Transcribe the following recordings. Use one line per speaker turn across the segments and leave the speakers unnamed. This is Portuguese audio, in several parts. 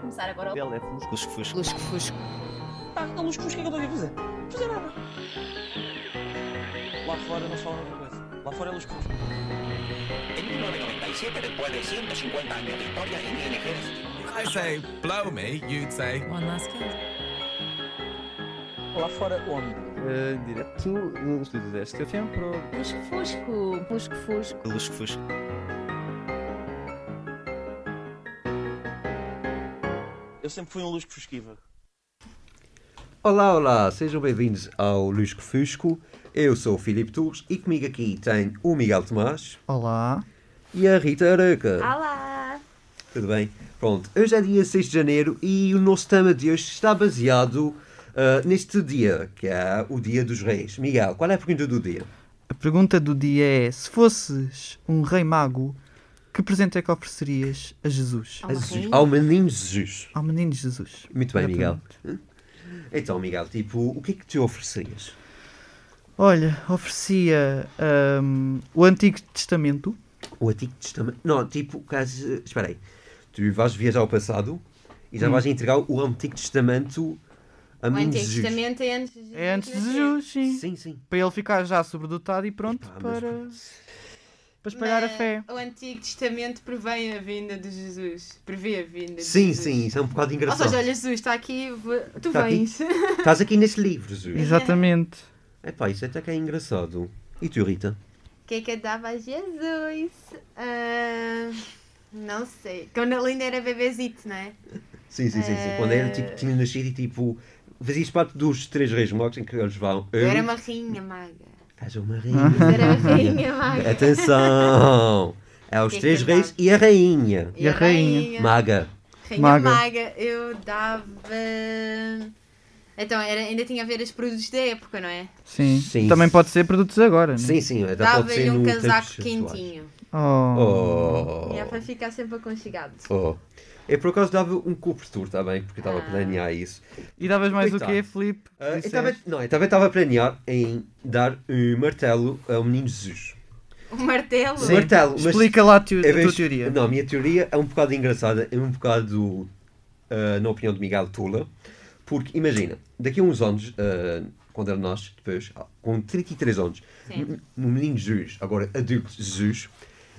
começar
Tá
agora. o-
dela é fusco.
Fusco, fusco.
Lusco, fusco.
Ah, não, luz, mas o que é que eu estou aqui a fazer? Não fazer nada. Lá fora não se fala outra coisa. Lá fora é luz cruz.
En 1997, después de 150 años de historia en ING,
I say, blow me, you'd say,
One last kiss.
Lá fora onde?
Eh, direto do estúdio deste tempo.
Fusco, fusco, fusco, fusco.
Fusco, fusco.
Eu sempre fui um luz fusquiva.
Olá, olá, sejam bem-vindos ao Lusco Fusco. Eu sou o Filipe Torres e comigo aqui tem o Miguel Tomás
Olá.
e a Rita Araca.
Olá!
Tudo bem? Pronto, hoje é dia 6 de janeiro e o nosso tema de hoje está baseado ah, neste dia, que é o Dia dos Reis. Miguel, qual é a pergunta do dia?
A pergunta do dia é: se fosses um rei mago, que presente é que oferecerias a Jesus?
Há uma rainha?
Ao menino Jesus.
Ao menino Jesus.
Muito bem, Miguel.
Exatamente.
Então, Miguel, tipo, o que é que te oferecias?
Olha, oferecia hum, o Antigo Testamento.
O Antigo Testamento. Não, tipo, caso. Espera aí. Tu vais viajar ao passado e já vais entregar o Antigo Testamento a
O
menino
Antigo
Jesus.
Testamento é antes de Jesus.
É antes de
nascer.
Jesus, sim.
Sim, sim.
Para ele ficar já sobredotado e pronto
Epá, mas-
para, para espalhar a
Mas
fé.
O Antigo Testamento prevê a vinda de Jesus. Prevê a vinda de
Sim,
Jesus.
sim, isso é um bocado
Ou
engraçado.
seja, olha, Jesus está aqui, v- tu
Está aqui.
vens.
Estás aqui neste livro, Jesus.
Exatamente.
Epá, isso até que é engraçado. E tu, Rita?
O que é que eu dava a Jesus? Ah, não sei. Quando ele ainda era bebezito, não é?
Sim, sim, sim. sim. Quando era
Eh.
tipo, tinha nascido e tipo. Fazias parte dos três reis magos em que eles vão.
Eu era uma rainha maga.
Estás uma rainha.
Eu era uma rainha maga.
Atenção! É os
Que
três
que
reis
dá?
e a rainha.
E a rainha?
Maga.
Rainha
Maga.
maga. eu dava. Então, era, ainda tinha a ver os produtos da época, não é?
Sim.
Sim.
Também pode ser produtos agora, não é?
Sim, sim. até pode ser
Dava-lhe um
no tempo
casaco
sexual.
quentinho.
Oh.
Oh.
E é para ficar sempre aconchegado.
oh. Eu por acaso dava um cobertor, está bem? Porque estava a
Ah.
planear isso.
E davas mais o quê,
Coitado.
Filipe?
Ah, eu
Disseste?
tava- não, eu também estava a planear em dar um martelo ao menino Jesus.
Um martelo?
Sim. É Martelo, mas-
Explica lá a, teo-
Em
a
vez-
tua teoria.
Não, a minha teoria é um bocado engraçada, é um bocado, ah, na opinião de Miguel Tula, porque imagina, daqui a uns anos, ah, quando ele nasce, depois, ah, com 33 anos,
Sim.
o menino Jesus, agora adulto Jesus,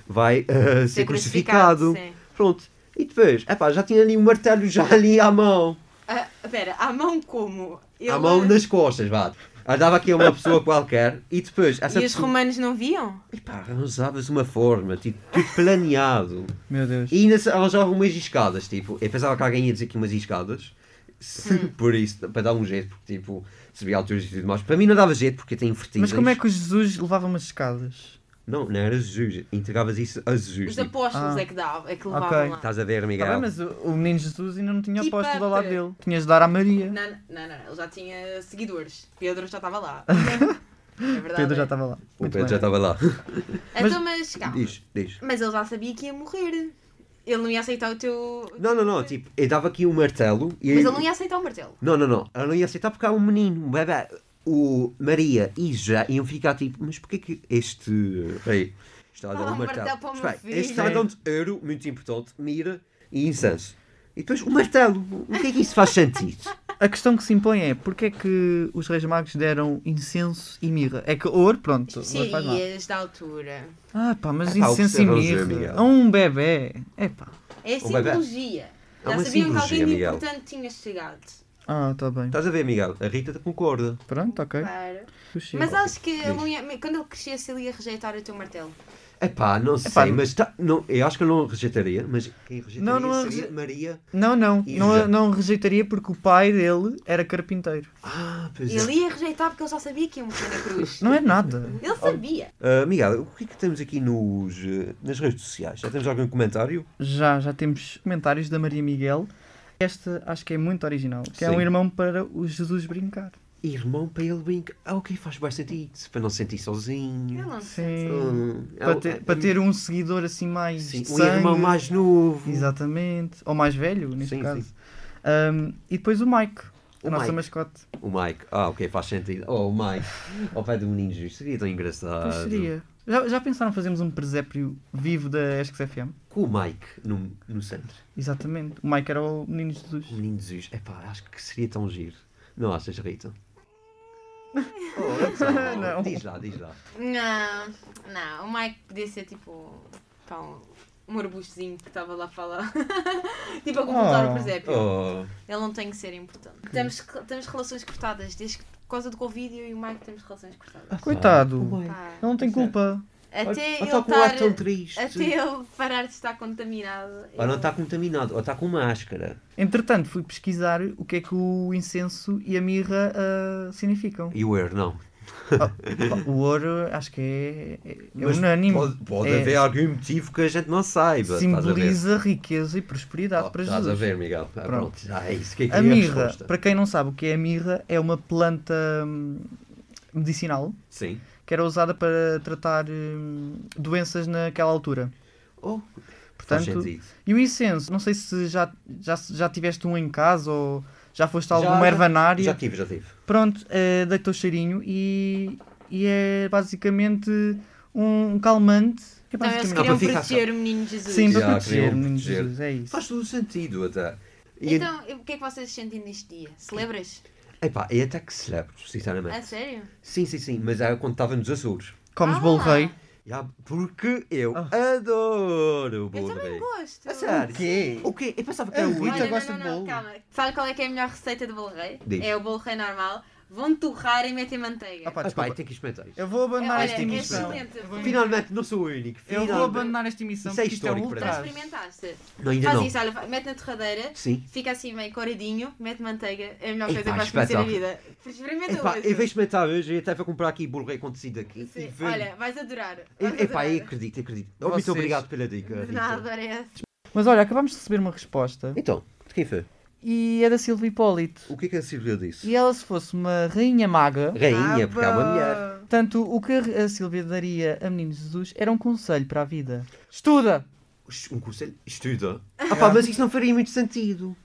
vai ah, ser,
Ser
crucificado.
crucificado, sim.
Pronto. E depois, epá, já tinha ali um martelo já ali à mão.
Ah, Espera, à mão como?
À
Ele-
mão nas costas, vá. Andava aqui a uma pessoa qualquer e depois essa
E os
pessoa.
romanos não viam?
Epá, arranjavas uma forma, tipo, tudo planeado.
Meu Deus.
E ainda se arranjavam umas escadas, tipo, eu pensava que alguém ia dizer aqui umas escadas, se-
Hum.
por isso, para dar um jeito, porque tipo, subia alturas e tudo mais. Para mim não dava jeito porque eu tenho vertigens.
Mas como é que o Jesus levava umas escadas?
Não, não era Jesus, entregavas isso a Jesus.
Os
Tipo,
apóstolos
Ah.
é que davam, é que
Ok.
levavam lá.
estás a ver, Miguel?
Tá bem, mas o, o menino Jesus ainda não tinha
Keep
apóstolo ao
up.
lado dele. Tinhas de dar à Maria.
Não, não, não, não, ele já tinha seguidores. Pedro já estava lá. é verdade.
Pedro já
é.
estava lá.
O
Muito
Pedro
bem.
já estava lá.
Então, mas calma.
diz, diz.
Mas ele já sabia que ia morrer. Ele não ia aceitar o teu.
Não, não, não, tipo, eu dava aqui um martelo e.
Mas ele não ia aceitar o martelo.
Não, não, não. Ela não ia aceitar porque há um menino, um bebê. O Maria e já iam ficar tipo, mas porquê que este eh, rei está a dar
Ah,
um
um
martelo?
martelo para o meu
Espera aí,
filho.
este está a dar um euro, muito importante, mira e incenso. E depois o martelo. O que é que isso faz sentido?
A questão que se impõe é porque é que os reis magos deram incenso e mirra? É que ouro, pronto, não faz mal.
Especiarias da altura.
Ah pá, mas
É pá, o que
incenso
se
e
arranja,
mirra.
Miguel.
A um bebê. É pá.
É
Oh, vai ver.
simbologia.
É
já
uma
sabiam que alguém
simbologia,
de
Miguel.
importante tinha chegado.
Ah, tá bem.
Estás a ver, Miguel? A Rita concorda.
Pronto, ok.
Claro.
Sushi.
Mas acho que ele não ia- quando ele crescesse, ele ia rejeitar o teu martelo.
Epá, não sei,
Epá,
mas tá, não, eu acho que eu não rejeitaria, mas quem rejeitaria
Não, não
seria
reje-
Maria.
Não, não,
E
não,
já.
não rejeitaria porque o pai dele era carpinteiro.
Ah, pois é.
Ele ia rejeitar porque ele já sabia que ia morrer na cruz.
Não é nada.
Ele sabia.
Ah, Miguel, o que é que temos aqui nos, eh, nas redes sociais? Já temos algum comentário?
Já, já temos comentários da Maria Miguel. Esta acho que é muito original, que é
Sim.
um irmão para o Jesus brincar.
irmão para ele brincar. Ah, ok, faz bem sentido. Para não se sentir
Ele
sozinho.
não
Sim.
Hum, é
Para
o-
ter,
é-
para ter um seguidor assim mais
sim,
de
um
sangue.
irmão mais novo.
Exatamente. Ou mais velho, neste
Sim,
caso.
sim.
Um, e depois o Mike,
O
a nossa
Mike.
mascote.
O Mike. Ah, ok, faz sentido. Oh, o Mike. Ao pé do menino justo. Seria tão engraçado.
Pois seria. Já, já pensaram fazermos um presépio vivo da Esques FM?
Com o Mike no, no centro.
Exatamente. O Mike era o menino Jesus.
O menino Jesus. Epá, acho que seria tão giro. Não achas, Rita? Oh, é
Não.
Diz lá, diz lá.
Não, não, o Mike podia ser tipo pá, um, um arbustozinho que estava lá a falar. tipo a completar
Oh.
o presépio.
Oh,
Ele não tem que ser importante. Temos, temos relações cortadas, desde que por causa do Covid eu e o Mike temos relações cortadas.
Coitado.
o
Ele
Mike.
Pá.
não tem culpa.
Até
Ou
ele
está com o ar é tão
estar.
triste.
Até ele parar de estar contaminado.
Ou não tá
ele-
está contaminado, ou está com máscara.
Entretanto, fui pesquisar o que é que o incenso e a mirra ah, significam.
E o erro, não.
Pá, O ouro acho que é, é, é
Mas
unânime.
Pode, pode
É,
haver algum motivo que a gente não saiba. estás a ver?
Simboliza riqueza e prosperidade
Oh,
para
Estás
Jesus.
a ver, Miguel. Ah, pronto.
Pronto.
Já é isso que é que
A
é
mirra,
resposta.
para quem não sabe o que é a mirra, é uma planta hum, medicinal
Sim.
que era usada para tratar hum, doenças naquela altura.
Oh, faz
Portanto,
sentido.
e o incenso, não sei se já, já, já tiveste um em casa ou já foste a alguma
Já-
ervanária.
Já tive, já tive.
Pronto, eh, deitou cheirinho e, e é basicamente um calmante. É
Então eles
basicamente-
queriam
Ah, para ficar
proteger o menino Jesus.
Sim,
Já,
para proteger,
queriam
menino
proteger.
Jesus, é isso.
Faz todo sentido até. E
Então, o que é que vocês sentem neste dia? Celebras?
Epá, é até que celebro,
A
sinceramente.
sério?
Sim, sim, sim, mas era quando estava nos Açores.
Comes bolo
Ah!
rei.
Já, porque eu
Ah.
adoro o
Eu
bolo
também
rei.
gosto.
A É sério?
O quê?
O quê? Eu pensava que era
É,
o
Rita
Olha,
único.
não,
gosta
não,
de
não,
bolo.
Calma. Sabe qual é que é a melhor receita de bolo rei?
Diz.
É o bolo rei normal. Vão torrar em meter manteiga.
Ah pá,
Ah, pá,
desculpa.
tem que experimentar isto.
Eu vou abandonar
Olha,
esta
é
emissão.
excelente.
Eu vou-
Finalmente, não sou o único.
Eu vou
Finalmente.
abandonar esta emissão
Isso é
porque isto é um
histórico para
Já
Traz.
ultraje.
experimentaste?
Não, ainda
Faz
não.
isso, olha, fa- mete na torradeira,
Sim.
fica assim meio coradinho, mete manteiga, é a
Epá,
melhor coisa que vais conhecer na
espetáculo.
vida. Experimenta
Epá,
hoje.
eu vou experimentar hoje e até vou comprar aqui bolo rei com tecido aqui.
Sim,
e ver-
Olha, vais adorar. Vais
E- Epá,
adorar.
é
eu acredito, acredito. Oh,
Vocês-
Muito obrigado pela
é
dica.
De
Rita.
nada, era essa.
Mas olha, acabámos de receber uma resposta
Então, de quem foi?
e é da Silvia Hipólito.
O que é que a Silvia disse?
E ela, se fosse uma rainha maga,
Rainha, porque é uma mulher.
portanto, o que a Silvia daria a Menino Jesus era um conselho para a vida: estuda!
Um conselho? Estuda. Ah pá, mas isso não faria muito sentido.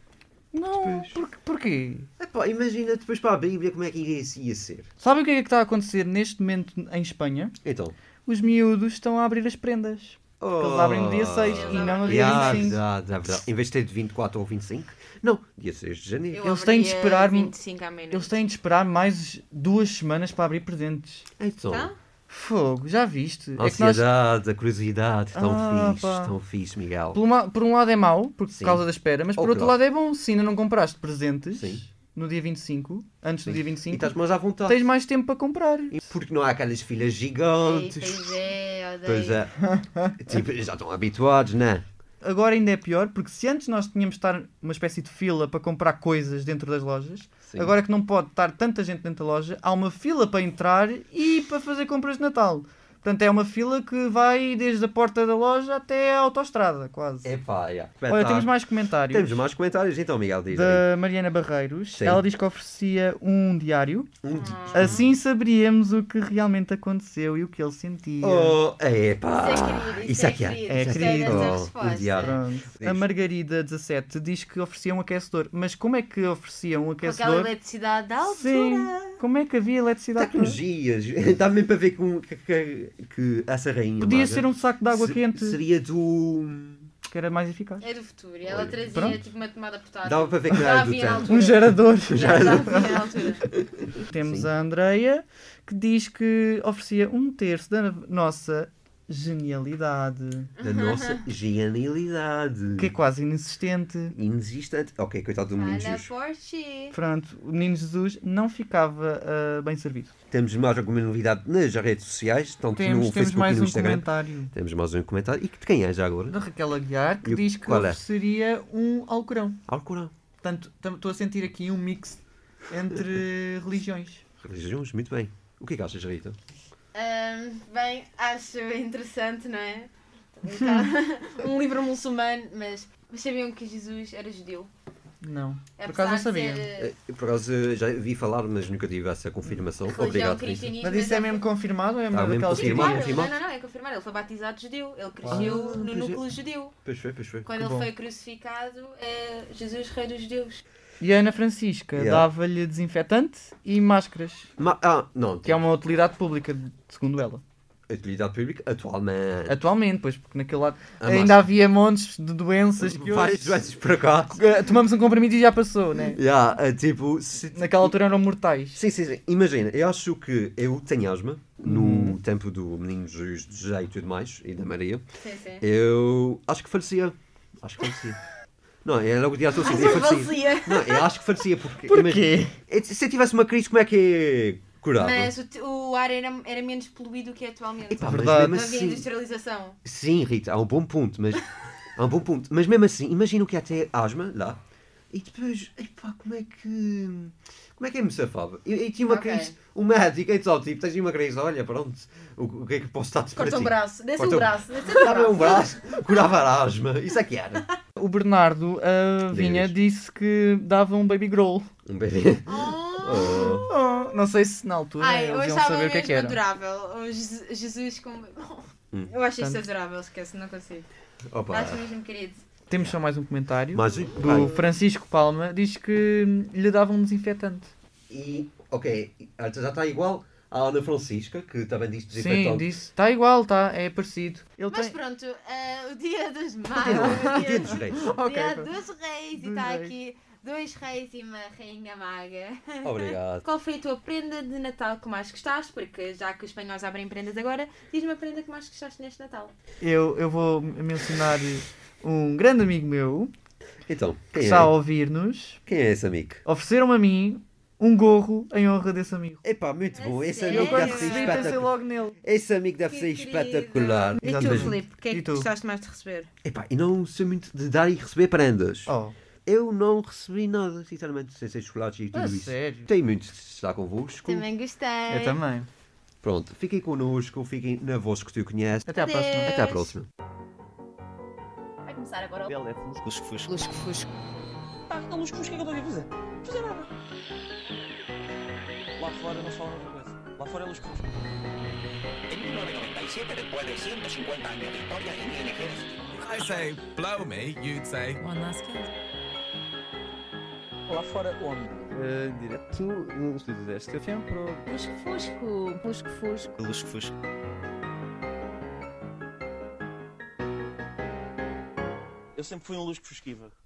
Não, porque, porquê?
Ah pá, imagina depois para a Bíblia como é que ia, ia ser.
Sabe o que é que está a acontecer neste momento em Espanha?
Então.
Os miúdos estão a abrir as prendas.
Oh.
Eles abrem no dia 6 e não no dia
Yeah,
25.
verdade, é verdade. Em vez de ter de 24 ou 25, não, dia 6 de janeiro.
Eu
têm de
abria
esperar-
25 à meia-noite.
Eles têm de esperar mais duas semanas para abrir presentes.
Então,
Tá?
Fogo, já viste?
a
É que nós-
ansiedade, a curiosidade, tão
Ah,
fixe,
pá.
tão fixe, Miguel.
Por, uma- por um lado é mau, por
Sim.
causa da espera, mas
Oh,
por outro
claro.
lado é bom. Se ainda não compraste presentes
Sim.
no dia 25, antes
Sim.
do dia
E
25,
estás mais à vontade.
tens mais tempo para comprar.
E Porque não há aquelas filas
Ei,
gigantes.
Pois é, odeio.
Pois é. tipo, já estão habituados, não é?
Agora ainda é pior, porque se antes nós tínhamos de estar uma espécie de fila para comprar coisas dentro das lojas,
Sim.
agora que não pode estar tanta gente dentro da loja, há uma fila para entrar e para fazer compras de Natal. Portanto, é uma fila que vai desde a porta da loja até a autoestrada, quase.
É pá, yeah.
Olha, temos mais comentários.
Temos mais comentários, então, Miguel, diz aí.
da Mariana Barreiros.
Sim.
Ela diz que oferecia um diário.
Um dia.
Assim saberíamos o que realmente aconteceu e o que ele sentia.
Oh, epá.
Isso é querido,
Isso é que
querido.
É
Gostei
querido.
dessa
Oh,
resposta.
um diário.
Pronto.
Diz.
A Margarida 17 diz que oferecia um aquecedor. Mas como é que oferecia um
Com aquela
aquecedor?
eletricidade da é altura.
Sim. Como é que havia
Tá
eletricidade?
Tecnologias. Dá mesmo para ver com- que, que- que essa rainha.
Podia
maga
ser um saco de água
se-
quente,
Seria do.
que era mais eficaz.
É do futuro. E ela trazia
pronto.
tipo uma tomada portátil.
Dava para ver que não
Já
era do
havia na
tempo.
altura.
Um gerador.
Já, já havia na altura.
Temos
Sim.
a Andreia que diz que oferecia um terço da nossa genialidade,
Da nossa genialidade.
que é quase inexistente.
Inexistente. Ok, coitado do menino
Olha,
Jesus.
Porsche.
Pronto, o Menino Jesus não ficava ah, bem servido.
Temos mais alguma novidade nas redes sociais, tanto
Temos,
no
temos
Facebook
mais
e no
um
Instagram.
comentário
Temos mais um comentário. E que de quem é já agora?
da Raquel Aguiar que
E o-
diz que
qual é?
ofereceria um Alcorão.
Alcorão.
Portanto, estou a sentir aqui um mix entre religiões.
Religiões, muito bem. O que é que achas, Rita?
Ahm, bem, acho interessante, não é? Então, um livro muçulmano, mas, mas sabiam que Jesus era judeu?
Não. Por
Apesar
acaso não
de
sabia.
ser, eh,
Eh, Por acaso já vi falar, mas nunca tive essa confirmação.
religião
Obrigado, Rita.
cristianismo,
Mas isso é
ele
mesmo
foi-
confirmado ou é
Ah,
uma
mesmo
daquelas
Sim,
confirmado,
claro,
confirmado?
Não, não, não, é confirmado. Ele foi batizado judeu. Ele cresceu
Ah,
no
pois é.
núcleo judeu.
Pois foi, pois foi.
Quando
Que
ele
bom.
foi crucificado, é Jesus, rei dos judeus.
E a Ana Francisca
Yeah.
dava-lhe desinfetante e máscaras,
Ma- ah, não.
que é uma utilidade pública, segundo ela.
utilidade pública atualmente.
Atualmente, pois, porque naquele lado
A
ainda
massa.
havia montes de doenças que
Várias
hoje...
vezes por acaso.
Eh, Tomamos um comprimido e já passou, né?
Yeah, é tipo, se-
Naquela altura eram mortais.
Sim, sim, sim. Imagina, eu acho que eu tenho asma no
Hum.
tempo do menino Jesus de Jeito e tudo mais, e da Maria.
Sim, sim.
Eu acho que falecia. Acho que falecia. Não, é logo de ato assim,
Mas
eu falecia.
falecia.
Não, eu acho que falecia porque.
Porquê?
imagina, se eu tivesse uma crise, como é que é curava?
Mas o, t- o ar era, era menos poluído que é atualmente.
Epá,
não
Verdade.
mas
havia
mesmo assim.
industrialização.
Sim, Rita, há um bom ponto, mas. Há um bom ponto. Mas mesmo assim, imagina o que é ter asma lá. E depois, epá, como é que. Como é que eu me safava? Eu, eu tinha uma
Ok.
crise, o médico, é só tipo, tens uma crise, olha, pronto, o, o que é que eu posso dar-te para
Corta um
ti?
braço, desce
Corta
um
um-
braço, desce um
Dava um
braço.
braço, curava a asma, isso é que era.
O Bernardo ah, Vinha disse que dava um baby growl.
Um bebê.
Oh.
Oh.
Oh, não sei se na altura
Ai, eu
eles iam
achava
saber o
mesmo
que é que era. Hum.
adorável. O Jesus Jesus com. Eu acho isso adorável, esquece, não consigo.
Opa.
Acho mesmo querido.
Temos só mais um comentário
Mais um?
do Francisco Palma. Diz que hum, lhe dava um desinfetante.
E, ok, já está igual à Ana Francisca, que também disse
Sim,
desinfetante.
disse. Está igual, tá, é parecido. Ele
Mas
tem...
pronto, eh, o dia dos
Ah,
Continua,
magos.
o dia dos reis.
O dia
Ok,
dos reis. E
Dos
está
reis.
aqui dois reis e uma rainha maga.
Obrigado.
Qual foi a tua prenda de Natal que mais gostaste? Porque já que os espanhóis abrem prendas agora, diz-me a prenda que mais gostaste neste Natal.
eu, eu vou mencionar um grande amigo meu
Então,
que
quem
está a
é,
ouvir-nos.
quem é esse amigo?
Ofereceram-me a mim um gorro em honra desse amigo.
Epá, muito
É
bom. Esse
sério?
amigo
Eu
Olha,
quando
deve ser
recebi
espetacular.
pensei
espetacular.
logo nele.
Esse amigo deve
Que
ser
querido.
espetacular.
E
Grande
tu,
beijinho.
Filipe, o que é
E
que
tu?
gostaste mais de receber?
Epá, e não sou muito de dar e receber prendas.
Oh,
Eu não recebi nada, sinceramente, sem ser chocolates e tudo
a
isso.
Ah, sério?
Tenho muito de estar convosco.
Também gostei.
Eu também.
Pronto, fiquem connosco, fiquem na voz que tu conheces.
Até à próxima.
Até à próxima.
Vai começar agora o
Teléfonos, lusco-fusco.
Lusco-fusco.
Pá, que lusco-fusco, o que é que eu estou aqui a fazer? Não fazer nada. Lá fora não falam outra coisa. Lá fora é lusco-fusco.
En 1997, después de 150 años de historia en INGs,
If I say blow me, you'd say
One last kiss.
Lá fora onde?
Eh, direto no estúdio deste tempo.
Lusco-fusco. Lusco-fusco.
Eu sempre fui um lusco-fusquiva.